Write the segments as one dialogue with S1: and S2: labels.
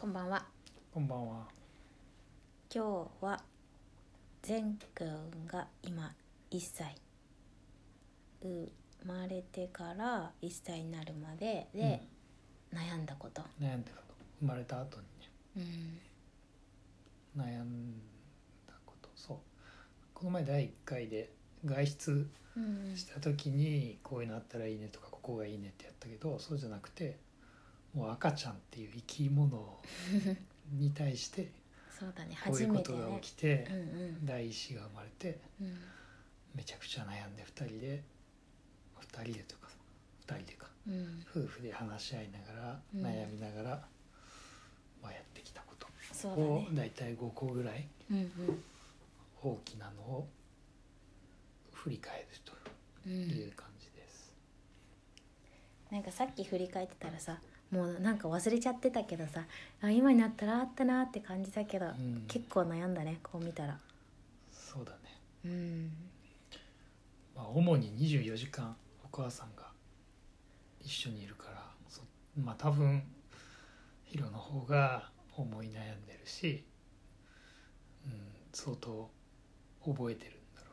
S1: こんばんは。
S2: こんばんは。
S1: 今日は善くんが今1歳生まれてから1歳になるまでで悩んだこと、
S2: うん、悩んでたこと生まれた後にね
S1: うん、
S2: 悩んだことそうこの前第1回で外出
S1: うん
S2: した時にこういうのあったらいいねとかここがいいねってやったけどそうじゃなくてもう赤ちゃんっていう生き物に 対して
S1: そうだね
S2: こうい
S1: 初
S2: うこ
S1: めて
S2: と
S1: ね
S2: が起きて
S1: うんうん
S2: 第一子が生まれて
S1: うん
S2: めちゃくちゃ悩んで2人で2人でとか2人でか
S1: うん、
S2: 夫婦で話し合いなが
S1: うん
S2: ら悩みながら、まあ、やってきたこと
S1: そうだ
S2: を
S1: ね
S2: 大体5個ぐらい
S1: うん
S2: 大きなのを振り返る
S1: うんう
S2: というん感じです。
S1: なんかさっき振り返ってたらさもうなんか忘れちゃってたけどさあ今になったらあったなって感じだけど、
S2: うん
S1: 結構悩んだねこう見たら
S2: そうだね、
S1: うん
S2: まあ、主に24時間お母さんが一緒にいるからそまあ多分ヒロの方が思い悩んでるし、うん、相当覚えてるんだろ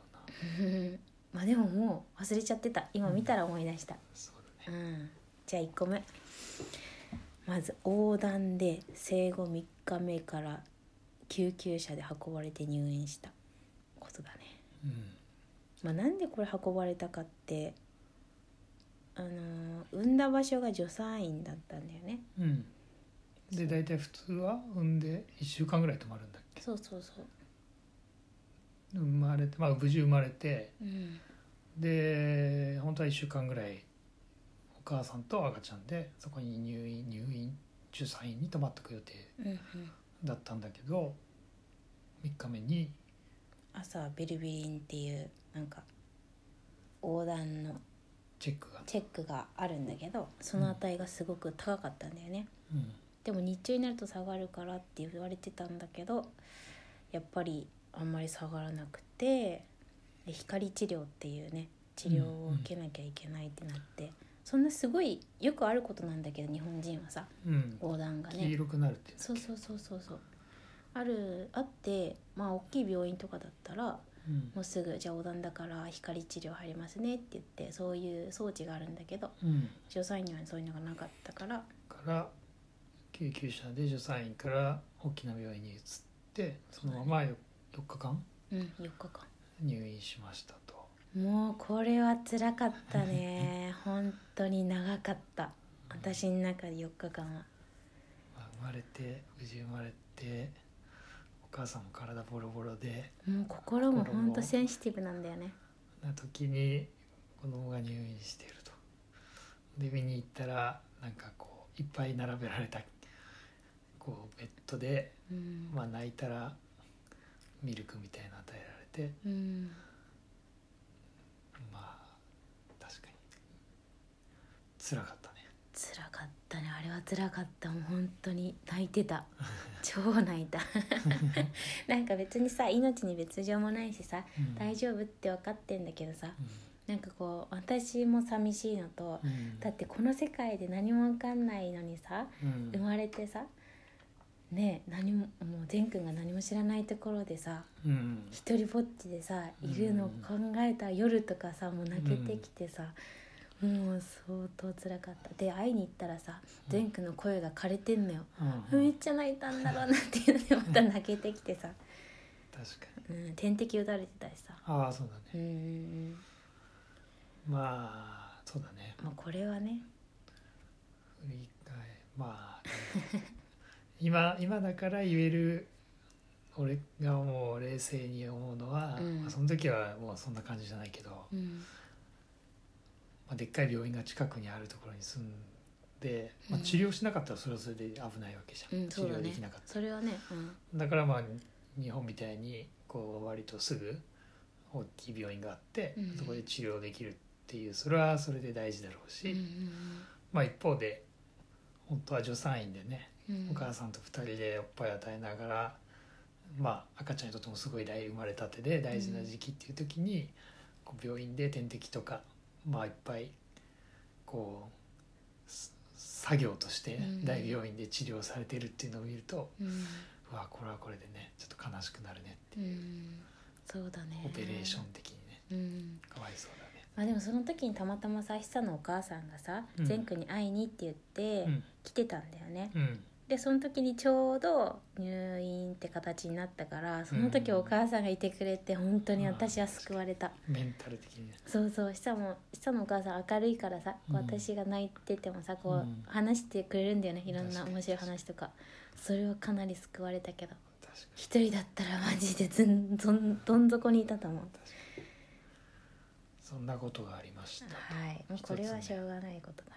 S2: うな。
S1: うんまあでももう忘れちゃってた今見たら思い出した
S2: そうだ
S1: う
S2: ね、
S1: んじゃあ1個目まず横断で生後3日目から救急車で運ばれて入院したことだね、
S2: うん
S1: まあ、なんでこれ運ばれたかってあのー産んだ場所が助産院だったんだよね
S2: うん、で大体普通は産んで1週間ぐらい泊まるんだっけ
S1: そうそうそう
S2: 生まれてまあ無事生まれて
S1: うん
S2: で本当は1週間ぐらいお母さんと赤ちゃんでそこに入院入院助産院に泊まってく予定
S1: うんうん
S2: だったんだけど3日目に
S1: 朝ビリビリンっていうなんか横断の
S2: チェックが、
S1: チェックがあるんだけどその値がすごく高かったんだよね、
S2: うん、
S1: でも日中になると下がるからって言われてたんだけどやっぱりあんまり下がらなくてで光治療っていうね治療を受けなきゃいけないってなって、そんなすごいよくあることなんだけど日本人はさ
S2: うん、
S1: 横断が
S2: 黄
S1: ね
S2: 色くなるっていうんだっけ
S1: そうそうそうそうそうあるあってまあ大きい病院とかだったら
S2: うん
S1: もうすぐじゃあ横断だから光治療入りますねって言ってそういう装置があるんだけど
S2: うん、
S1: 助産院にはそういうのがなかったから
S2: から救急車で助産院から大きな病院に移ってそのまま 4, 日間
S1: うん4日間
S2: 入院しましたと。
S1: もうこれは辛かった ね本当に長かった私の中で4日間は
S2: まあ生まれて無事生まれてお母さんも体ボロボロで
S1: もう心も
S2: 心も
S1: 本当センシティブなんだよね
S2: な時に子供が入院しているとで見に行ったらなんかこういっぱい並べられたこうベッドで、
S1: うん、
S2: まあ、泣いたらミルクみたいなの与えられて
S1: うん、
S2: まあ確かに辛かったね
S1: 辛かったねあれは辛かったもう本当に泣いてた 超泣い たなんか別にさ命に別状もないしさ、
S2: うん
S1: 大丈夫って分かってんだけどさ
S2: う
S1: なんかこう私も寂しいのと、
S2: んうん
S1: だってこの世界で何も分かんないのにさ
S2: うん
S1: 生まれてさねえ何ももう善くんが何も知らないところでさ
S2: うん
S1: 一人ぼっちでさ
S2: うん
S1: いるのを考えた夜とかさもう泣けてきてさ、もう相当辛かったで会いに行ったらさ
S2: うん
S1: 善くんの声が枯れてんのよ、
S2: うんう
S1: めっ
S2: ん
S1: ちゃ泣いたんだろうなっていうの でまた泣けてきてさ、
S2: 確かに
S1: うん、点滴打たれてたしさ
S2: ああそうだね
S1: うんうんうん
S2: まあそうだね
S1: まあこれはね
S2: 振り返まあ 今今だから言える俺がもう冷静に思うのは、
S1: うん
S2: まあその時はもうそんな感じじゃないけど、ま
S1: うん
S2: あ、でっかい病院が近くにあるところに住んで、まあ、
S1: うん
S2: 治療しなかったらそれはそれで危ないわけじゃ、
S1: うんん
S2: 治
S1: そうだ
S2: 療で
S1: ね
S2: きなかった
S1: それはね
S2: だ,、からまあ日本みたいにこう割とすぐ大きい病院があって、
S1: うん
S2: そこで治療できるっていうそれはそれで大事だろう
S1: うん
S2: し、まあ一方で本当は助産院でね
S1: うんうん
S2: お母さんと2人でおっぱい与えながら、まあ、赤ちゃんにとってもすごい大生まれたてで大事な時期っていう時に、こう病院で点滴とか、まあ、いっぱいこうす作業として
S1: うん
S2: 大病院で治療されてるっていうのを見ると、
S1: うん
S2: うわこれはこれでねちょっと悲しくなるねって
S1: う
S2: いう、
S1: んそうだね
S2: オペレーション的にね
S1: うん
S2: かわいそうだね。
S1: まあでもその時にたまたまさ久のお母さんがさ
S2: うん
S1: 善くんに会いにって言って
S2: うん
S1: 来てたんだよね、
S2: うん
S1: でその時にちょうど入院って形になったからその時
S2: うん
S1: お母さんがいてくれて本当に私は
S2: あー
S1: 救われた、
S2: メンタル的にね
S1: そうそう久も久のお母さん明るいからさ、こう
S2: うん
S1: 私が泣いててもさこ
S2: う
S1: うん話してくれるんだよねいろん
S2: 確
S1: な
S2: かに
S1: 面白い話とかそれはかなり救われたけど
S2: 確かに
S1: 一人だったらマジでずんどんどん底にいたと思う
S2: 確かにそんなことがありましたと
S1: はいもうこれはしょうがないことだね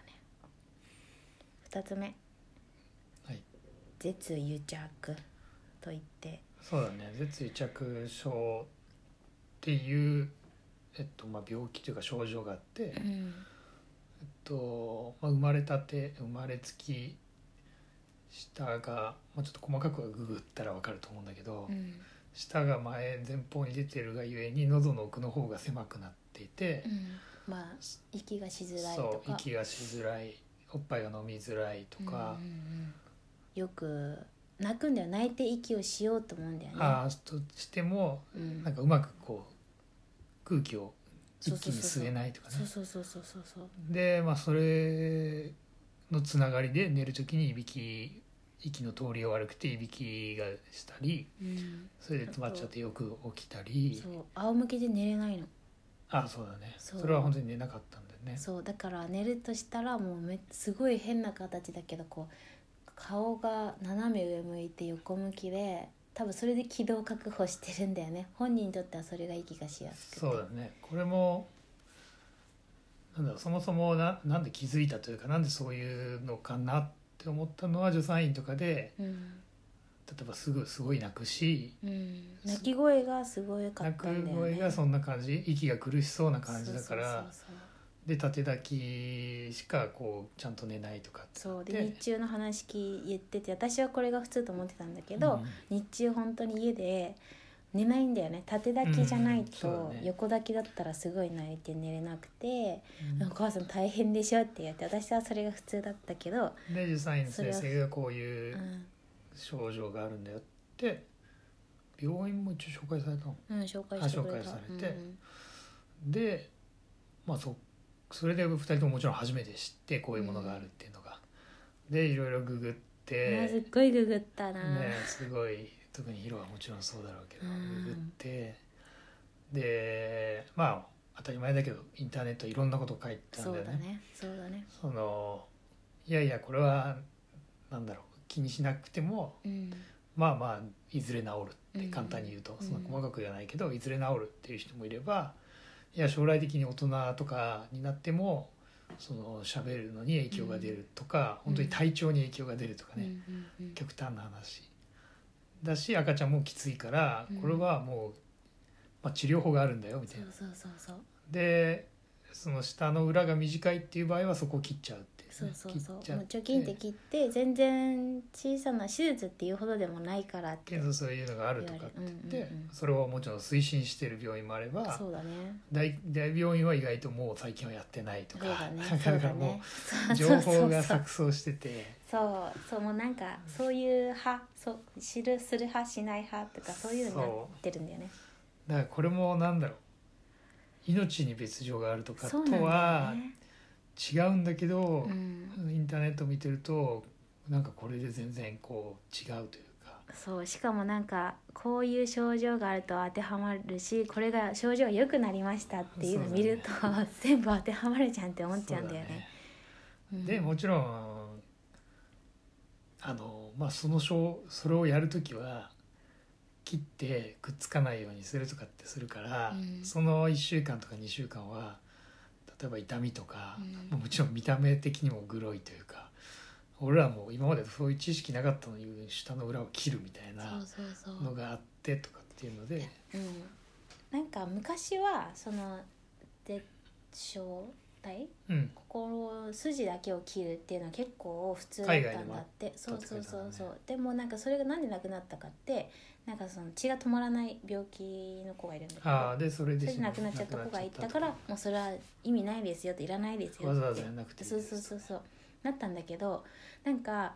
S1: 二つ目
S2: はい
S1: 「絶癒着」と言って
S2: そうだね絶癒着症っていう、えっとまあ、病気というか症状があって、え
S1: う
S2: っ
S1: ん
S2: とまあ、生まれたて生まれつき下が、まあ、ちょっと細かくはググったらわかると思うんだけど、
S1: うん
S2: 舌が前前方に出てるがゆえに喉の奥の方が狭くなっていて
S1: う、んまあ息がしづらいと
S2: そ
S1: か
S2: う息がしづらいおっぱいが飲みづらいとか
S1: うんう、んうんよく泣くんだよ泣いて息をしようと思うんだよね
S2: ああとしても
S1: うん
S2: なんかうまくこう空気を
S1: そうそ
S2: 一気
S1: うそうそう
S2: に吸えないとかね
S1: そうそうそうそうそうそう
S2: でまあそれのつながりで寝る時にいびき息の通りが悪くていびきがしたり
S1: うん
S2: それで詰まっちゃってよく起きたり
S1: そう仰向けで寝れないの
S2: あそうだね
S1: そ
S2: そうれは本当に寝なかったんだよね
S1: そうだから寝るとしたらもうめすごい変な形だけどこう顔が斜め上向いて横向きで多分それで気道を確保してるんだよね本人にとってはそれが息がしやすくて
S2: そうだねこれもなんだろうそもそもななんで気づいたというかなんでそういうのかなって思ったのは助産院とかで
S1: うん、
S2: 例えばすぐすごい泣くし
S1: うん、泣き声がすごいか
S2: 泣
S1: った
S2: く
S1: んだよね
S2: 声がそんな感じ息が苦しそうな感じだから
S1: そう
S2: で縦抱きしかこうちゃんと寝ないとかって
S1: そうそうそう
S2: なっ
S1: そう
S2: て
S1: で日中の話聞言ってて私はこれが普通と思ってたんだけど、日中本当に家で寝ないんだよね縦抱きじゃない
S2: うんうん
S1: と
S2: そうだね
S1: 横抱きだったらすごい泣いて寝れなくて
S2: う
S1: 「
S2: ん
S1: お母さん大変でしょ」って言って私はそれが普通だったけど、
S2: で助産院の先
S1: それ
S2: 生がこういううん症状があるんだよって病院も一応紹介されたの
S1: うん、紹介してくれた
S2: あ紹介されて
S1: うん
S2: でまあそそれで2人とももちろん初めて知ってこういうものがあるっていうのが、でいろいろググ
S1: う
S2: っ
S1: ん、あす
S2: て、
S1: っごいググったな、
S2: ね、すごい特にヒロはもちろんそうだろうけど、
S1: うん
S2: ググってでまあ当たり前だけどインターネットいろんなこと書いてたん
S1: そ
S2: だ
S1: う
S2: よ
S1: だ
S2: ね。
S1: ねそうだね
S2: そのいやいやこれはなんだろう気にしなくても
S1: うん
S2: まあまあいずれ治るっ
S1: う
S2: て
S1: ん
S2: 簡単に言うと、
S1: うん
S2: そんな細かくじゃないけどいずれ治るっていう人もいればいや将来的に大人とかになってもその喋るのに影響が出るとか、
S1: うん
S2: 本当に体調に影響が出るとか
S1: うんう
S2: ね、
S1: んうん
S2: 極端な話だし赤ちゃんもきついから
S1: うん
S2: これはもう、まあ、治療法があるんだよみたい
S1: そ
S2: な
S1: う。そうそうそう
S2: でその下の裏が短いっていう場合はそこを切っちゃうっていう
S1: そう
S2: ね、
S1: そうそう
S2: 切っちゃ
S1: もう貯金って切って全然小さな手術っていうほどでもないからって
S2: けどそういうのがあるとかって言って、
S1: 言われるうんうんうん
S2: それをもちろん推進してる病院もあれば
S1: そうだね
S2: 大大病院は意外ともう最近はやってないと
S1: そうだ
S2: か、
S1: ね
S2: だ
S1: そう
S2: か
S1: だ
S2: らも
S1: ね そ
S2: う情
S1: うそうそう
S2: 報が錯綜してて
S1: そうそうもうなんかそういう派そう知るする派しない派とかそういうのになってるんだよね
S2: だからこれもなんだろう命に別状があるとか
S1: そうなんだ
S2: とは
S1: よね
S2: 違うんだけど
S1: うん
S2: インターネット見てるとなんかこれで全然こう違うというか
S1: そうしかもなんかこういう症状があると当てはまるしこれが症状が良くなりましたっていうのを見ると、
S2: そうだ
S1: 全部当てはまるじゃんって思っちゃうんだよ
S2: そう
S1: ね。うん
S2: でもちろんあのまあその症それをやるときは切ってくっつかないようにするとかってするから、
S1: うん
S2: その1週間とか2週間は例えば痛みとか
S1: う、ん
S2: まあもちろん見た目的にもグロいというか俺らも今までそういう知識なかったのに下の裏を切るみたいな
S1: そうそうそう
S2: のがあってとかっていうので
S1: うん、なんか昔はその絶症体
S2: うん
S1: ここの筋だけを切るっていうのは結構普通だった
S2: 海外で
S1: ん
S2: も
S1: だ
S2: あ
S1: っ
S2: って
S1: そうそうそう
S2: って書
S1: そ
S2: いう
S1: でもなんかそれがなんでなくなったかってなんかその血が止まらない病気の子がいるんだけ
S2: あ
S1: ど
S2: あでそれ
S1: そ
S2: で
S1: れで亡くなっちゃった子がいたからもうそれは意味ないですよっていらないですよ
S2: わざわ
S1: っ
S2: ざ
S1: て
S2: やんなくていい
S1: そう
S2: で
S1: そう
S2: す
S1: そうそうなったんだけどなんか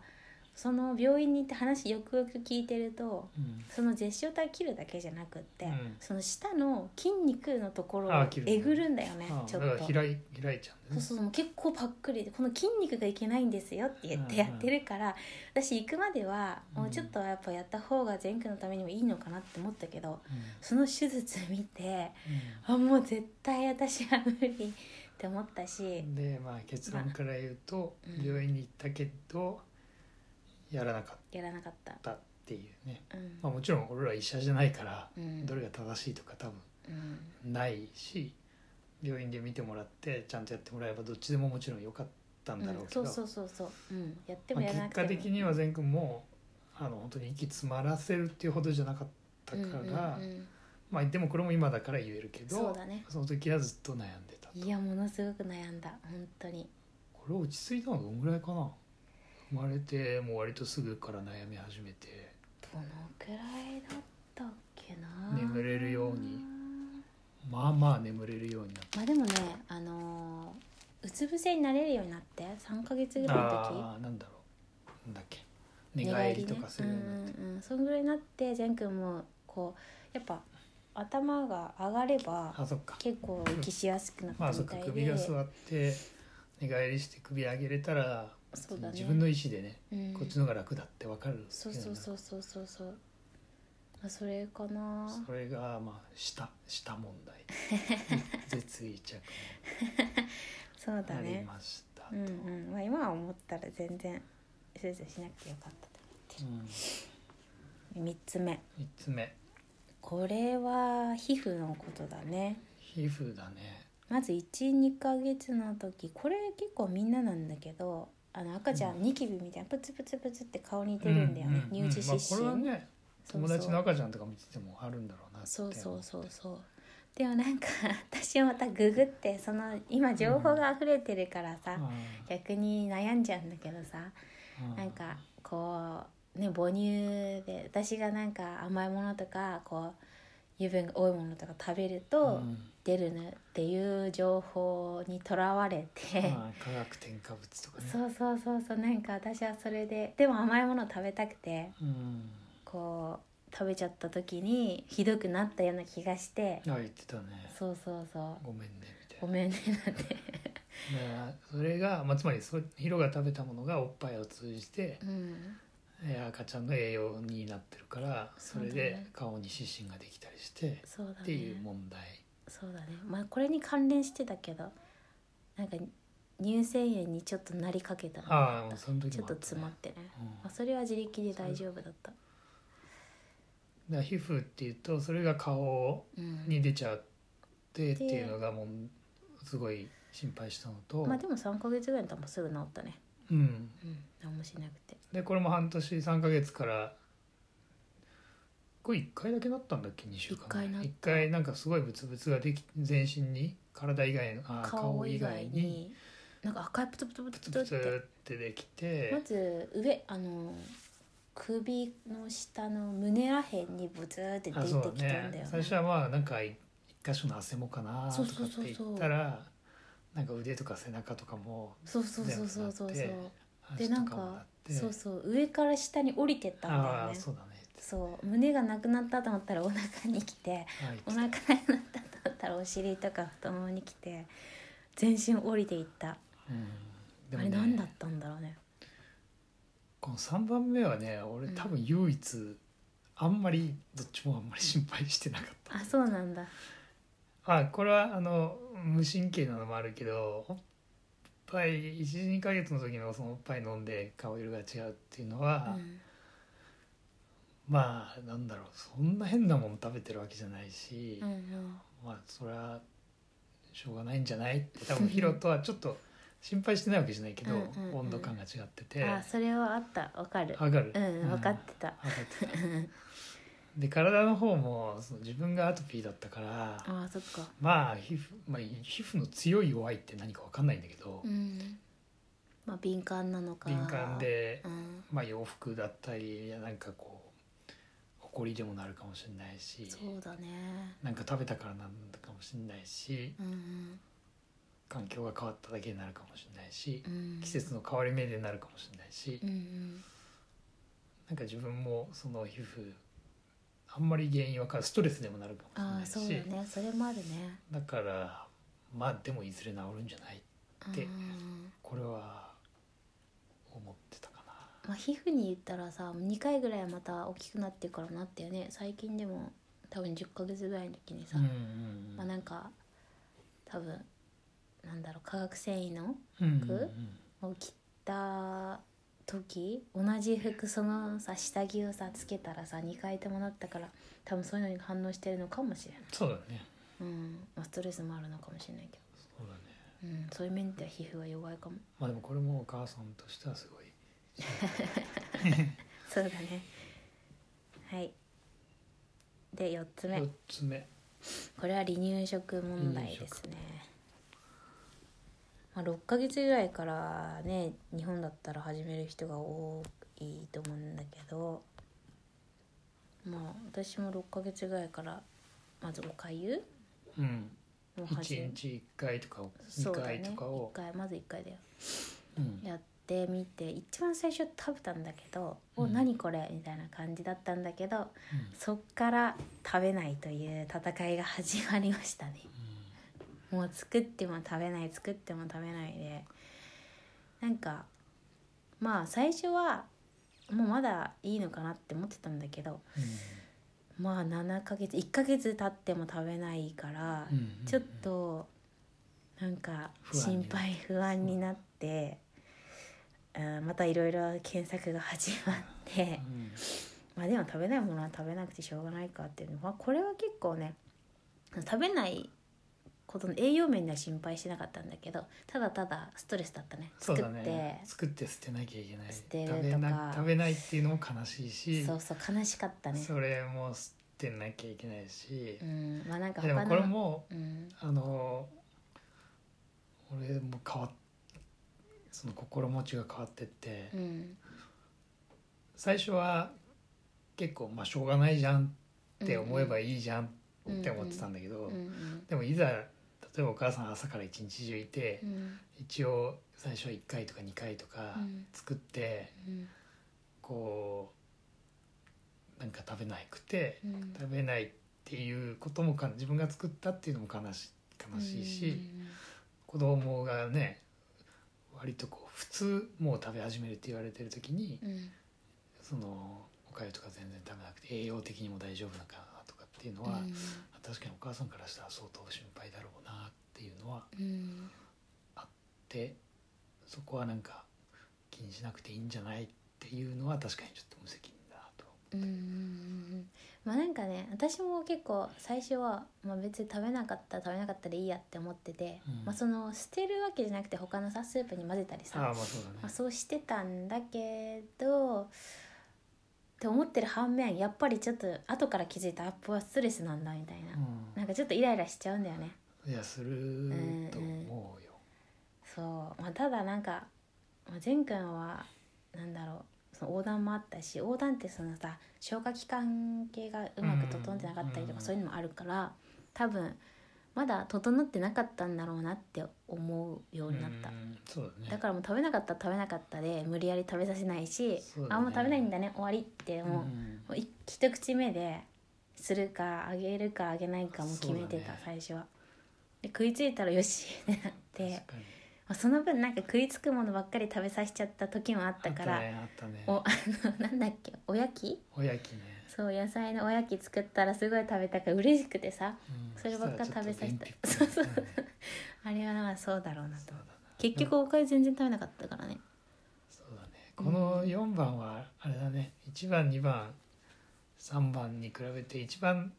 S1: その病院に行って話よくよく聞いてると
S2: うん
S1: その絶唱体切るだけじゃなくって、
S2: うん
S1: その下の筋肉のところを
S2: あ切る
S1: えぐるんだよね
S2: ああ
S1: ちょ
S2: だ
S1: っ
S2: から
S1: と。
S2: 開い開いちゃ
S1: そう
S2: うんです
S1: そうそう結構パックリでこの筋肉がいけないんですよって言ってやってるから、私行くまではもうちょっとはやっぱやった方が前区のためにもいいのかなって思ったけど
S2: ね
S1: その手術見て
S2: うんうん
S1: あもう絶対私は無理って思ったし、
S2: でまあ結論から言うと、
S1: まあうん
S2: 病院に行ったけどやらなかっ
S1: やらなかった。
S2: たっていうね、
S1: うん
S2: まあ、もちろん俺ら医者じゃないから
S1: うん
S2: どれが正しいとか多分
S1: うん
S2: ないし病院で見てもらってちゃんとやってもらえばどっちでももちろん良かったんだろうけ
S1: そ
S2: ど、
S1: うそうそうそう、うん、やっても
S2: まあ
S1: やら
S2: 結
S1: なくても
S2: 果的には善くんもあの本当に息詰まらせるっていうほどじゃなかったから、
S1: うんうんうん
S2: まあでもこれも今だから言えるけど
S1: そうだね
S2: その時はずっと悩んでたと
S1: いやものすごく悩んだ本当に
S2: これ落ち着いたのどんぐらいかな生まれてもう割とすぐから悩み始めて
S1: どのくらいだったっけな
S2: 眠れるようにまあまあ眠れるようになっ
S1: まあでもねあのーうつ伏せになれるようになって3ヶ月ぐらいの時
S2: あーなんだろうなんだっけ寝返りとかするようになって、
S1: ねうんうんうん、そんぐらいになって善くんもこうやっぱ頭が上がれば
S2: あそっか
S1: 結構息しやすくなっ
S2: ま
S1: た
S2: あそ
S1: み
S2: っか
S1: たい
S2: 首が
S1: で
S2: 座って寝返りして首上げれたら
S1: そうだね
S2: 自分の意思でね
S1: うん
S2: こっちの方が楽だってわかるんです
S1: そう
S2: けど
S1: そうそうそうそうそうまあそれかな
S2: それがまあ下下問題 絶癒着
S1: そうだ
S2: もあり
S1: ね
S2: ました
S1: うんうんまあ今は思ったら全然手術しなくてよかったと
S2: うん、
S1: 3つ目
S2: 3つ目
S1: これは皮膚のことだね
S2: 皮膚だね
S1: まず12ヶ月の時これ結構みんななんだけどあの赤ちゃん、
S2: う
S1: ニキビみたいなプツプツプツって顔に出るんだよね、
S2: うんうん
S1: 乳児湿疹、
S2: まあ、これはね
S1: そう
S2: 友
S1: そう
S2: 達の赤ちゃんとか見ててもあるんだろうなって
S1: そうそう
S2: う
S1: そうそうでもなんか 私またググってその今情報が溢れてるからさ、逆に悩んじゃうんだけどさ、なんかこうね母乳で私がなんか甘いものとかこう油分が多いものとか食べると出るねっていう情報にとらわれて、
S2: 科学添加物とかね
S1: そうそうそうそうなんか私はそれででも甘いもの食べたくて
S2: うん
S1: こう食べちゃった時にひどくなったような気がして
S2: あ言ってたね
S1: そうそうそう
S2: ごめんねみた
S1: ご
S2: い
S1: めんねなんて
S2: なねそれが、まあ、つまりそヒロが食べたものがおっぱいを通じて
S1: う、ん
S2: えー赤ちゃんの栄養になってるからそれ
S1: そうだ
S2: で
S1: ね
S2: 顔に湿疹ができたりして
S1: そうだ
S2: っ
S1: ね
S2: ていう問題
S1: そうだねまあこれに関連してたけどなんか乳腺炎にちょっとなりかけたの
S2: ああその時
S1: ちょっ
S2: も
S1: と
S2: あった、ね、
S1: 詰まってね、
S2: うん
S1: まあ、それは自力で大丈夫だった
S2: だから皮膚っていうとそれが顔
S1: うん
S2: に出ちゃってっていうのがもうすごい心配したのと、
S1: まあでも3ヶ月ぐらいだったらもうすぐ治ったね
S2: うん、
S1: うん何もしなくて
S2: でこれも半年3ヶ月からこれ1回だけなったんだっけ2週間
S1: 一回なった
S2: 1回なんかすごいブツブツができ全身に体以外のあー
S1: 顔以外になんか赤いプツプツプ
S2: ブ
S1: ツ
S2: ツ
S1: プ
S2: ブ
S1: ツ
S2: ツ
S1: って
S2: ってできて、
S1: まず上あの首の下の胸らへんにブツーって出
S2: あ
S1: てき
S2: そ
S1: たん
S2: う
S1: だよ
S2: だ
S1: ね
S2: ね最初はまあなんか一箇所の汗もかなと
S1: そう
S2: か
S1: そう
S2: っ
S1: そうそう
S2: て言ったらなんか腕とか背中とかも
S1: そうそうそうそうそうそう
S2: 全
S1: で
S2: 足
S1: な
S2: と
S1: ん
S2: かもな
S1: か
S2: って
S1: そうそう上から下に降りてったんだよ
S2: ああ
S1: ね
S2: そうだねって
S1: そう胸がなくなったと思ったらお腹に来て
S2: あ言って
S1: お
S2: た
S1: 腹なくなったと思ったらお尻とか太ももに来て全身降りていった、
S2: うんで
S1: あ
S2: も
S1: れ
S2: ね
S1: 何だったんだろうね
S2: この3番目はね俺多分唯一、あんまりどっちもあんまり心配してなかった
S1: あそうなんだ
S2: あこれはあの無神経なのもあるけどおっぱい12ヶ月の時のそのおっぱい飲んで顔色が違うっていうの
S1: う
S2: は、
S1: ん
S2: まあなんだろうそんな変なもの食べてるわけじゃないし、
S1: うんうん
S2: まあそれはしょうがないんじゃないって多分ヒロとはちょっと心配してないわけじゃないけど、
S1: うんうんうん
S2: 温度感が違ってて
S1: あそれはあったわかる
S2: わかる
S1: うん、分かってた
S2: 分かってた で体の方もその自分がアトピーだったから、
S1: あそっか
S2: まあ皮膚、まあ、皮膚の強い弱いって何か分かんないんだけど、
S1: うんまあ敏感なのか
S2: 敏感で、
S1: うん
S2: まあ、洋服だったりいやなんかこう埃でもなるかもしれないし
S1: そうだね
S2: なんか食べたからなんだかもしれないし
S1: うんうん
S2: 環境が変わっただけになるかもしれないし
S1: うん
S2: 季節の変わり目でなるかもしれないし
S1: うんうん
S2: なんか自分もその皮膚あんまり原因わからストレスでもなるか
S1: あ
S2: も
S1: あ
S2: し
S1: そ
S2: れな
S1: う
S2: い
S1: だ
S2: し
S1: ねそれもあるね
S2: だからまあでもいずれ治るんじゃないで
S1: うん
S2: これは思ってたかな
S1: まあ、皮膚に言ったらさ2回ぐらいまた大きくなってからなったよね最近でも多分10ヶ月ぐらいの時にさ、
S2: うんうんうん
S1: まあ、なんか多分なんだろう化学繊維の
S2: うん
S1: 服を着た時同じ服そのさ下着をさつけたらさ2回ともなったから多分そういうのに反応してるのかもしれない、
S2: そうだね
S1: うんまあ、ストレスもあるのかもしれないけ
S2: そうだね
S1: ど、うん、そういう面では皮膚は弱いかも
S2: まあでもこれもお母さんとしてはすごい
S1: そうだねはいで4つ目
S2: 4つ目
S1: これは離乳食問題ですね、まあ、6ヶ月ぐらいからね日本だったら始める人が多いと思うんだけどまあ私も6ヶ月ぐらいからまずおかゆ
S2: うん
S1: を始
S2: 1
S1: め
S2: 日1回とか
S1: そ
S2: 2
S1: うだ
S2: 回
S1: ね
S2: とか
S1: 1
S2: を
S1: 回まず1回だよ
S2: うん
S1: やってみて一番最初食べたんだけど「お
S2: うん
S1: 何これ」みたいな感じだったんだけどそっから食べないという戦いが始まりましたねもう作っても食べない作っても食べないでなんかまあ最初はもうまだいいのかなって思ってたんだけどまあ7ヶ月1ヶ月経っても食べないから、
S2: うんうん
S1: ちょっとなんか
S2: 不安に
S1: 心配不安になって、うん、またいろいろ検索が始まって
S2: う、ん
S1: まあでも食べないものは食べなくてしょうがないかっていうのはこれは結構ね食べないことの栄養面では心配してなかったんだけどただただストレスだったね
S2: そ
S1: 作
S2: う
S1: って
S2: だね作って捨てなきゃいけない
S1: 捨てるとか
S2: 食べな食べないっていうのも悲しいし
S1: そうそう悲しかったね
S2: それも捨てなきゃいけないし
S1: う、んまあなんか
S2: でもこれも
S1: うん
S2: あの俺も変わっその心持ちが変わってって、
S1: うん
S2: 最初は結構まあしょうがないじゃんって思えば
S1: い
S2: いいじゃんって思ってたんだけど、
S1: うんうん
S2: でもいざ例えばお母さん朝から一日中いて、
S1: うん
S2: 一応最初は1回とか2回とか
S1: うん
S2: 作って、
S1: うん
S2: こうなんか食べなくて
S1: うん
S2: 食べないっていうこともか自分が作ったっていうのも悲し悲しいし、子供がね割とこう普通もう食べ始めるって言われてる時に、
S1: うんうん
S2: そのおかゆとか全然食べなくて栄養的にも大丈夫なのかなとかっていうの
S1: う
S2: は、
S1: ん
S2: 確かにお母さんからしたら相当心配だろうなっていうのは
S1: うん
S2: でそこはなんか気にしなくていいんじゃないっていうのは確かにちょっと無責任だなと。
S1: うんうんうんうんまあなんかね私も結構最初は、まあ、別に食べなかったら食べなかったらいいやって思ってて、
S2: うん
S1: まあ、その捨てるわけじゃなくて他のさスープに混ぜたりさ
S2: ああまあそうだね。
S1: まあ、そうしてたんだけどって思ってる反面やっぱりちょっと後から気づいたアップはストレスなんだみたいな、なんかちょっとイライラしちゃうんだよね。
S2: うん、いやすると思うよ。
S1: そう、まあ、ただなんかまあ前回はなんだろうその横断もあったし横断ってそのさ消化器官系がうまく整ってなかったりと
S2: うん
S1: かそういうのもあるから多分まだ整ってなかったんだろうなって思うようになった
S2: う。んそうだね。
S1: だからもう食べなかったら食べなかったで無理やり食べさせないし、
S2: そうだ
S1: あ
S2: ね
S1: もう食べないんだね終わりってもう,、
S2: うん
S1: もう一一口目でするかあげるかあげないかも決めて
S2: そう
S1: た、
S2: だね
S1: 最初はで食いついたらよしってなって
S2: 確かに
S1: まあその分なんか食いつくものばっかり食べさせちゃった時もあったから
S2: あったねあったね。
S1: お あのなんだっけおやき
S2: おやきね。
S1: そう野菜のおやき作ったらすごい食べたから嬉しくてさ
S2: うん
S1: そればっか食べさせた
S2: したらちょっと便秘っぽいうん
S1: あれはまあそうだろうな
S2: そう
S1: と
S2: だな
S1: 結局おかゆ全然食べなかったからね
S2: そうだね。この四番はあれだね。一番二番三番に比べて一番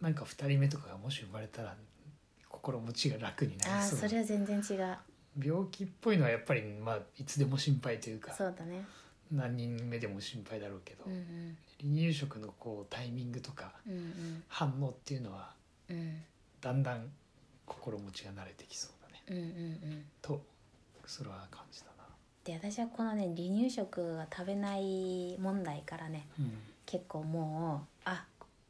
S2: なんか二人目とかがもし生まれたら心持ちが楽にな
S1: ああ
S2: りそうだ
S1: それは全然違う
S2: 病気っぽいのはやっぱりまあいつでも心配というか
S1: そうだね
S2: 何人目でも心配だろうけど、
S1: うんうん
S2: 離乳食のこうタイミングとか
S1: うん
S2: 反応っていうのは
S1: うんうん
S2: だんだん心持ちが慣れてきそうだね
S1: うんうんうん
S2: とそれは感じたな。
S1: で私はこのね離乳食は食べない問題からね
S2: うん
S1: 結構もうあ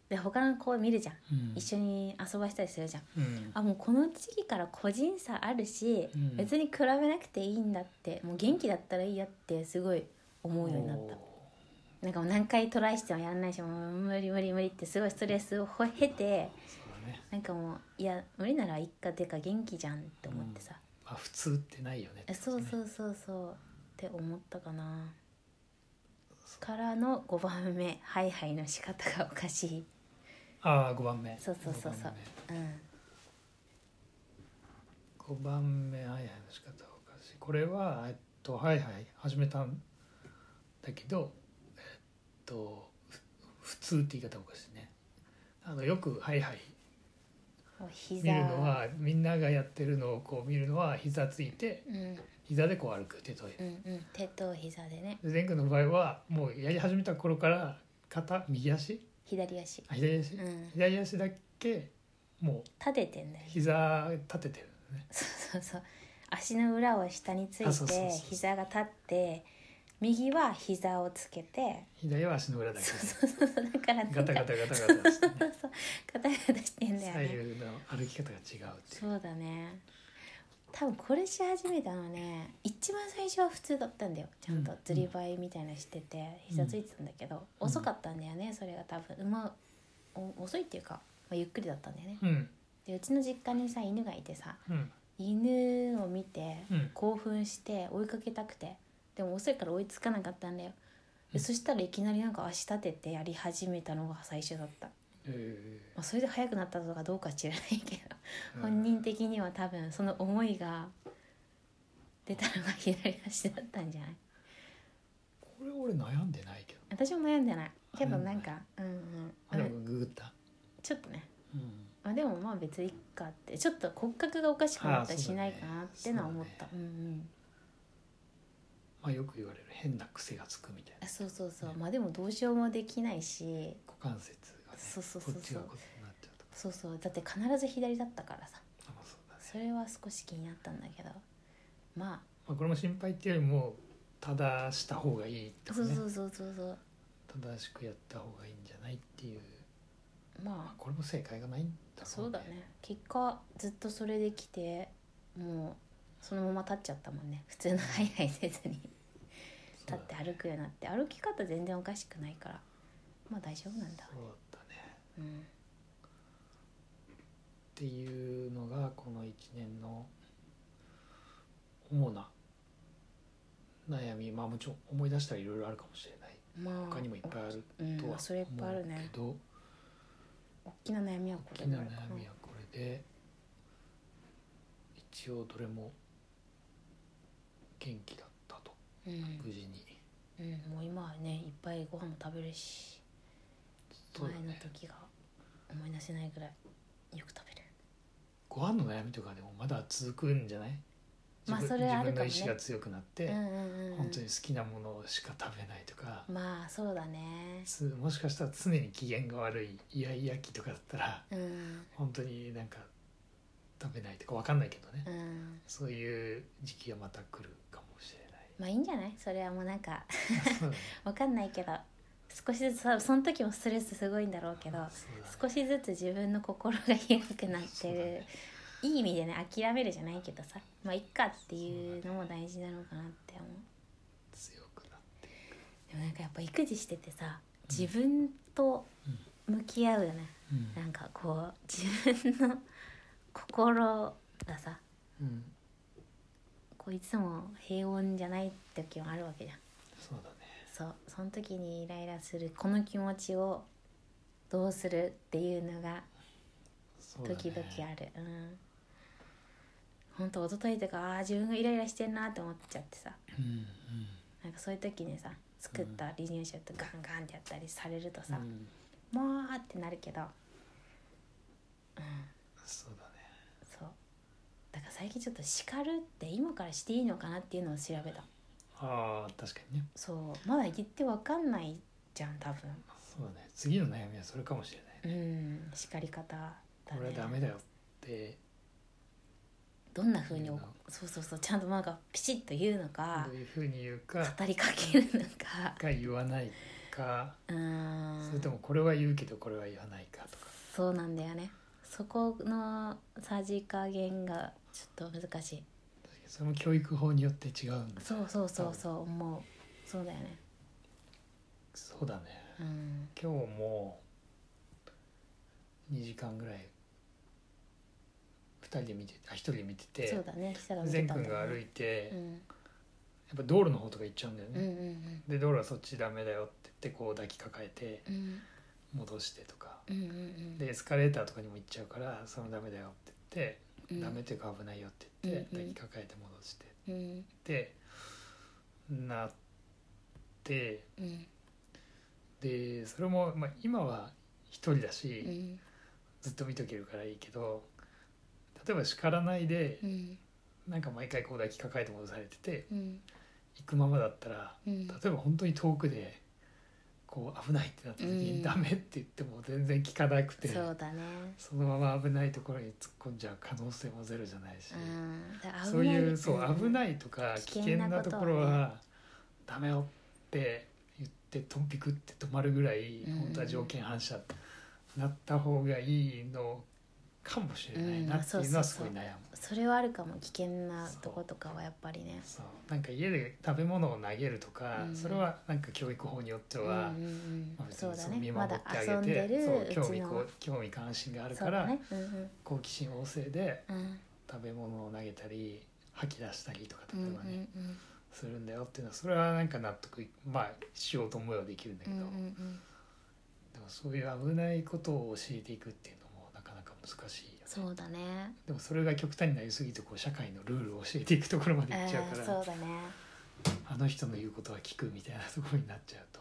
S1: で他の子見るじゃん
S2: うん
S1: 一緒に遊ばしたりするじゃん
S2: うん
S1: あもうこの時期から個人差あるし、
S2: うん
S1: 別に比べなくていいんだってもう元気だったらいいやってすごい思うようになった
S2: お
S1: なんかもう何回トライしてもやらないしもう無理無理無理ってすごいストレスを経て
S2: ーそうだね、
S1: なんかもういや無理ならいっかてか元気じゃんって思ってさ、
S2: まあ、普通ってないよね
S1: えそう
S2: う
S1: そうそうそうって思ったかなからの5番目ハイハイの仕方がおかしい
S2: ああ5番目
S1: そうそうそうそううん
S2: 5番目ハイハイの仕方はおかしいこれはえっとハイハイ始めたんだけどえっとふ普通って言い方おかしいねあのよくハイハイ
S1: お膝
S2: 見るのはみんながやってるのをこう見るのは膝ついて
S1: うんうん
S2: 膝でこう歩く手と
S1: うん手と膝でね
S2: で前回の場合はもうやり始めた頃から肩右足
S1: 左足
S2: あ左足、
S1: うん
S2: 左足だけもう
S1: 立ててんだよね
S2: 膝立ててるのね
S1: そうそうそう足の裏を下につ
S2: あそ
S1: いう
S2: そうそう
S1: て
S2: そう
S1: 膝が立って右は膝をつけて
S2: 左は足の裏だけ
S1: そうそうそう だからなんか
S2: ガタガタガタガタしてね
S1: そうそうガタガタしてんだよ
S2: 左
S1: ね
S2: 右の歩き方が違うっていう
S1: そうだね多分これし始めたのね一番最初は普通だったんだよちゃんと
S2: うん
S1: ずりばいみたいなのしてて、膝ついてたんだけど、
S2: うん
S1: 遅かったんだよねそれが多分、まあ、お遅いっていうか、まあ、ゆっくりだったんだよね
S2: うん
S1: でうちの実家にさ犬がいてさ
S2: うん
S1: 犬を見て
S2: うん
S1: 興奮して追いかけたくてでも遅いから追いつかなかったんだよ
S2: う
S1: で
S2: ん
S1: そしたらいきなりなんか足立ててやり始めたのが最初だった、
S2: え
S1: まあ、それで速くなったとかどうか知らないけど
S2: ー
S1: 本人的には多分その思いが出たのが左足だったんじゃない
S2: これ俺悩んでないけど
S1: 私も悩んでないけどなんかうん
S2: あ
S1: うん、
S2: で
S1: う
S2: も
S1: ん、
S2: ググった、
S1: ちょっとね
S2: うん、
S1: まあでもまあ別にいっかってちょっと骨格がおかしくなったりしないかなってのは思った
S2: あ
S1: う,、んうん
S2: まあよく言われる変な癖がつくみたい
S1: あ
S2: な
S1: そうそうそうまあでもどうしようもできないし
S2: 股関節がね
S1: そうそうそうそう
S2: こっちがこうなっちゃうとか
S1: そうそうだって必ず左だったからさ
S2: あまあそうだね、
S1: それは少し気になったんだけどま
S2: まあ、これも心配っていうよりも正した方がいい
S1: あ
S2: とか
S1: そ
S2: ね
S1: うそうそうそうそう
S2: 正しくやった方がいいんじゃないっていう、まあ
S1: まあ、
S2: これも正解がないんだろ
S1: そうだね結果ずっとそれできてもうそのまま立っちゃったもんね普通のハイハイせずに
S2: そう
S1: 立
S2: だ
S1: って歩くようになって歩き方全然おかしくないからまあ大丈夫なんだ
S2: そうだったね
S1: うん
S2: っていうのがこの1年の主な悩みまあもちろん思い出したらいろいろあるかもしれない
S1: まあ
S2: 他にもいっぱいある
S1: うん
S2: と
S1: ま
S2: は
S1: あ、それいっぱいあ
S2: 思う
S1: るね
S2: けど
S1: 大きな悩みはこ
S2: 大
S1: れ
S2: き
S1: ぐ
S2: な
S1: らい
S2: 悩
S1: かな
S2: みはこれで一応どれも元気だったと
S1: うん
S2: 無事に
S1: うん、もう今はねいっぱいご飯も食べるし
S2: そう
S1: 前
S2: だ
S1: の
S2: ね
S1: 時が思い出せないぐらいよく食べる
S2: ご飯の悩みとかでもまだ続くんじゃない
S1: まあ
S2: 自分
S1: それはあるかも
S2: 自分
S1: ね
S2: の意志が強くなって、
S1: うんうんうん
S2: 本当に好きなものしか食べないとか、
S1: まあそうだね
S2: つもしかしたら常に機嫌が悪いイヤイヤ期とかだったら
S1: うん
S2: 本当になんか食べないとかわかんないけどね、
S1: うん
S2: そういう時期がまた来るかもしれ
S1: まあいいんじゃないそれはもうなんか
S2: ないそうだね
S1: わかんないけど少しずつ多分その 時もストレスすごいんだろうけど
S2: そうだね
S1: 少しずつ自分の心が広くなっ
S2: そ
S1: て
S2: う
S1: る、
S2: だね
S1: いい意味でね諦めるじゃないけどさまあいっかっていうのも大事なのかなって思う
S2: 強くなって
S1: でもなんかやっぱ育児しててさ自分と向き合うよね、
S2: うん
S1: なんかこう自分の心がさ
S2: うん
S1: こういつも平穏じゃない時もあるわけじゃん
S2: そうだね
S1: そうその時にイライラするこの気持ちをどうするっていうのが
S2: そうだね
S1: 時々あるう,、ん本当一昨日とかあー自分がイライラしてんなって思っちゃってさ
S2: うんうん
S1: なんかそういう時にさ作った離乳食とガンガンってやったりされるとさ
S2: う、ん
S1: もうってなるけど
S2: そうだね
S1: そうだから最近ちょっと叱るって今からしていいのかなっていうのを調べた
S2: ああ確かにね
S1: そうまだ言ってわかんないじゃん多分
S2: そうだね次の悩みはそれかもしれない
S1: うん叱り方だ
S2: これはダメだよって
S1: どんな風にお
S2: 言うの
S1: そうそうそうちゃんとなんかピシッと言うのか
S2: どういうふうに言うか
S1: 語りかけるのか
S2: か言わないか
S1: うん
S2: それともこれは言うけどこれは言わないかとか
S1: そうなんだよねそこのさじ加減がちょっと難しい
S2: それも教育法によって違うんだ
S1: そうそうそうそう思うそうだよね
S2: そうだね
S1: うん
S2: 今日も2時間ぐらい2人で見てあ1人で見て
S1: そう
S2: て
S1: だね下が見て
S2: 善
S1: た
S2: く
S1: ん
S2: ん
S1: だ
S2: が
S1: もん
S2: 歩
S1: ね
S2: いて、
S1: う
S2: や
S1: ん
S2: っぱ道路の方とか行っちゃうんだよ
S1: うん
S2: ね、で道路はそっちダメだよって言ってこう抱きかかえて
S1: うんうん
S2: 戻してとか
S1: うんうんうん
S2: でエスカレーターとかにも行っちゃうからそのダメだよって言って、
S1: うん
S2: ダメというか危ないよって言って
S1: うんう
S2: 抱
S1: ん
S2: きかかえて戻してっ
S1: うん
S2: てなって
S1: うん
S2: でそれも、まあ、今は一人だし、
S1: うん
S2: ずっと見とけるからいいけど例えば叱らないで
S1: うん
S2: なんか毎回こう抱きかかえて戻されてて
S1: うん
S2: 行くままだったら
S1: うん
S2: 例えば本当に遠くでこう危ないってなった時
S1: うん
S2: に「ダメ」って言っても全然聞かなくて。
S1: そうだね
S2: そのまま危ないところに突っ込んじゃう可能性もゼロじゃないし、
S1: うんだから
S2: そういう
S1: 危
S2: そ
S1: な
S2: う危ないとか
S1: 危
S2: 危
S1: 険
S2: 険
S1: な
S2: な
S1: こと
S2: と
S1: はね
S2: ころは「ダメよ」って言ってトンピクって止まるぐらい
S1: うん
S2: 本当は条件反射なった方がいいのかもしれないなっていうのはすごい悩む。
S1: それはあるかも危険なとことかはやっぱりね
S2: そうなんか家で食べ物を投げるとか、
S1: うん
S2: それはなんか教育法によっては、
S1: うんうんう
S2: まあ
S1: ん
S2: 別
S1: そ
S2: に
S1: うだ
S2: の見
S1: ねま
S2: 守
S1: だ
S2: ってあ
S1: 遊ん
S2: げ
S1: で
S2: て、
S1: るう
S2: そう興
S1: ち
S2: 味こ
S1: の
S2: う興味関心がある
S1: そ
S2: か
S1: うだ
S2: ら、
S1: ねうんうん
S2: 好奇心旺盛で
S1: うん
S2: 食べ物を投げたり吐き出したりとか
S1: う
S2: 例
S1: ん
S2: え
S1: うん
S2: ばね、するんだよっていうのはそれはなんか納得いまあしようと思えばできるんだ
S1: う
S2: け
S1: ん
S2: ど、
S1: うんう
S2: でも
S1: ん
S2: そういう危ないことを教えていくっていうのもなかなか難しいよ
S1: そうだね
S2: でもそれが極端になりすぎてこう社会のルールを教えていくところまでいっちゃう
S1: あ
S2: か
S1: ー
S2: ら、
S1: そうだね
S2: あの人の言うことは聞くみたいなところになっちゃうと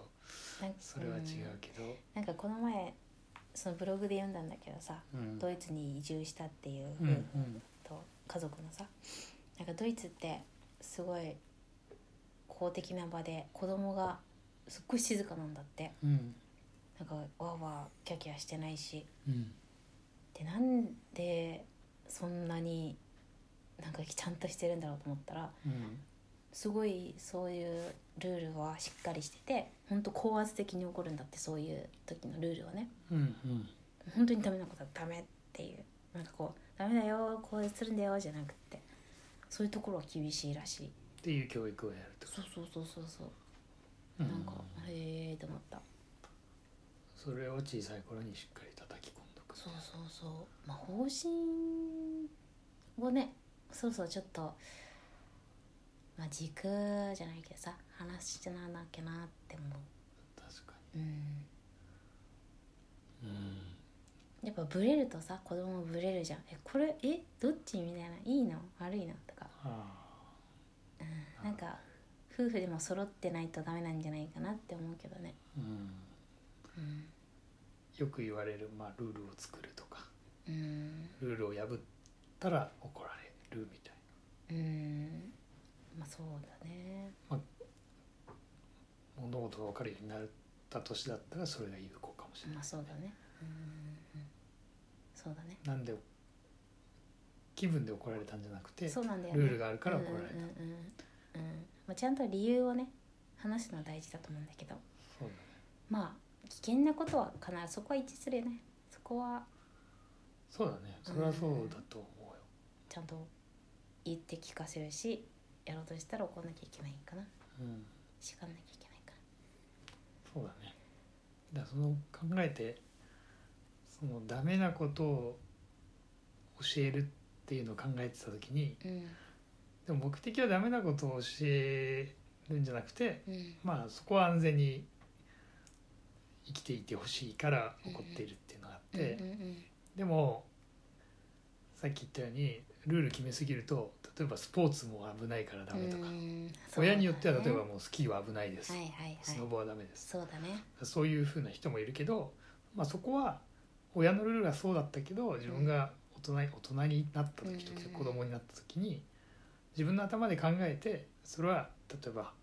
S1: なんか
S2: それは違うけど、
S1: うんなんかこの前そのブログで読んだんだけどさ
S2: うん
S1: ドイツに移住したっていう
S2: う
S1: 夫
S2: ん
S1: 婦と家族のさなんかドイツってすごい公的な場で子供がすっごい静かなんだって
S2: うんうん
S1: なんかわーわーキャーキャーしてないし
S2: うん
S1: でなんでそんなになんかちゃんとしてるんだろうと思ったら
S2: うん
S1: すごいそういうルールはしっかりしてて本当高圧的に起こるんだってそういう時のルールはね
S2: うんうん
S1: 本当にダメなことはダメっていうなんかこう「ダメだよこうするんだよ」じゃなくってそういうところは厳しいらしい
S2: っていう教育をやると
S1: そうそうそうそうそう
S2: う
S1: なんか
S2: ん
S1: へえって思った
S2: それを小さい頃にしっかり叩き込んどく
S1: そうそうそうまあ方針をねそうそうちょっとまあ軸じゃないけどさ話してななきゃなって思
S2: 確か
S1: ううん
S2: にうん
S1: やっぱブレるとさ子供ブレるじゃんえこれえどっちみたいないいの悪いのとか
S2: あ
S1: うんなんか夫婦でも揃ってないとダメなんじゃないかなって思うけどね
S2: ーうん
S1: うん、
S2: よく言われる、まあ、ルールを作るとか
S1: うん
S2: ルールを破ったら怒られるみたい
S1: うんまあそうだね
S2: な物事が分かるようになった年だったらそれが有効かもしれない、
S1: まあそうだねうんそうだね
S2: なんで気分で怒られたんじゃなくて
S1: そうなんだよ、ね、
S2: ルールがあるから怒られ
S1: うんうんう
S2: た、
S1: んうんうんまあ、ちゃんと理由をね話すのは大事だと思うんだけど
S2: そうだね
S1: まあ危険なことは必ずそこは一致するよねそこは
S2: そうだねそれはそうだと思うよ、
S1: ちゃんと言って聞かせるしやろうとしたら怒んなきゃいけないかな
S2: うん、
S1: 叱んなきゃいけないか
S2: そうだねだからその考えてそのダメなことを教えるっていうのを考えてた時に
S1: な
S2: でも目的はダメなことを教えるんじゃなくて
S1: うんうん
S2: まあそこは安全に生きていてほしいから怒っているっていうのがあって、
S1: うんうん
S2: でもさっき言ったようにルール決めすぎると例えばスポーツも危ないからダメとか、
S1: うん
S2: 親によっては
S1: そう
S2: 例
S1: だ
S2: え
S1: ね
S2: ばもうスキーは危ないです、
S1: はいはい
S2: スノ
S1: はい
S2: ボはダメです
S1: そうだね
S2: そういうふうな人もいるけど、まあ、そこは親のルールがそうだったけど自分が大人大人になった時とか
S1: うん
S2: 子供になった時に自分の頭で考えてそれは例えば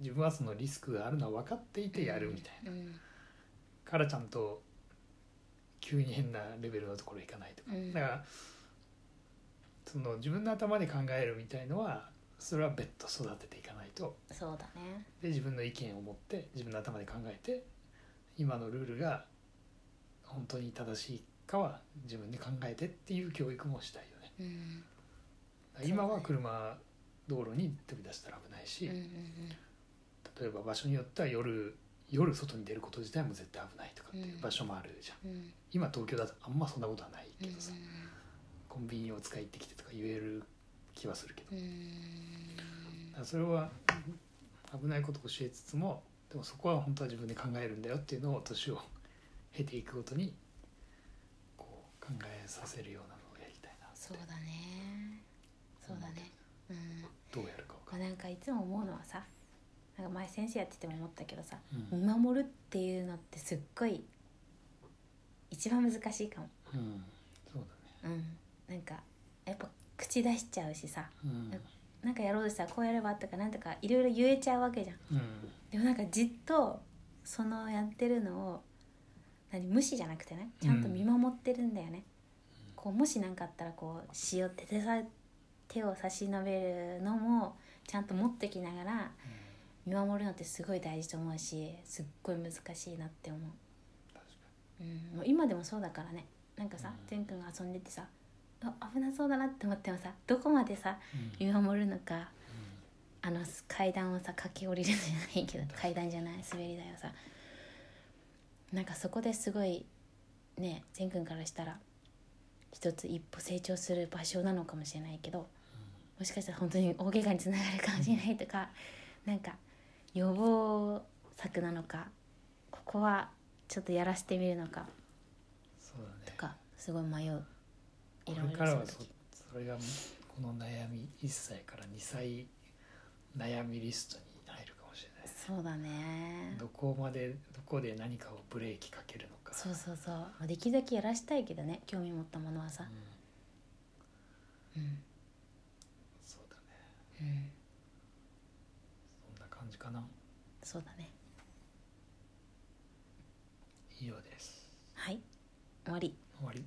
S2: 自分はそのリスクがあるのは分かっていてやるみたい
S1: なうん
S2: なからちゃんと急に変なレベルのところ行かないとか
S1: うん
S2: だからその自分の頭で考えるみたいのはそれは別途育てていかないと
S1: そうだね
S2: で自分の意見を持って自分の頭で考えて今のルールが本当に正しいかは自分で考えてっていう教育もしたいよね
S1: うん
S2: だから今は車道路に飛び出したら危ないし、
S1: うんうん
S2: 例えば場所によっては夜夜外に出ること自体も絶対危ないとかっていう場所もあるじゃん、
S1: うんうん
S2: 今東京だとあんまそんなことはない
S1: うん
S2: けどさ、コンビニを使いってきてとか言える気はするけど
S1: うん
S2: だからそれは危ないことを教えつつもでもそこは本当は自分で考えるんだよっていうのを年を経ていくごとにこう考えさせるようなのをやりたいな
S1: そうだねそうだねうん
S2: どうやるかわか
S1: まあなんかいつも思うのはさなんか前先生やってても思ったけどさ
S2: んない、
S1: 見守るっていうのってすっごい一番難しいかも
S2: うんうん、そう
S1: うんなんかやっぱ口出しちゃうしさ
S2: だね
S1: なんかやろうとしたらこうやればとかなんとかいろいろ言えちゃうわけじゃん
S2: うん、うん、
S1: でもなんかじっとそのやってるのを何無視じゃなくてねちゃんと見守ってるんだよね、
S2: うん
S1: こうもし何かあったらこう塩って手さ手を差し伸べるのもちゃんと持ってきながら見守るのってすごい大事と思うしすっごい難しいなって思う
S2: 確か
S1: うん、もう今でもそうだからねなんかさ
S2: うん
S1: 善くんが遊んでてさあ危なそうだなって思ってもさどこまでさ
S2: に、うん
S1: 見守るのか
S2: うん
S1: あの階段をさ駆け下りるじゃないけ ど階段じゃない滑り台をさなんかそこですごいね善くんからしたら一つ一歩成長する場所なのかもしれないけどもしかしたら本当に大怪我につながるかもしれないとかなんか予防策なのかここはちょっとやらせてみるのか
S2: そうだね
S1: とかすごい迷う
S2: これからは
S1: そ
S2: そ
S1: の時
S2: それがこの悩み1歳から2歳悩みリストに入るかもしれない
S1: そうだね
S2: どこまでどこで何かをブレーキかけるのか
S1: そうそうそうできるだけやらしたいけどね興味持ったものはさ
S2: うん、
S1: うん
S2: そうだね
S1: うん、
S2: そんな感じかな
S1: そうだね
S2: 以上です
S1: はい終わり
S2: 終わり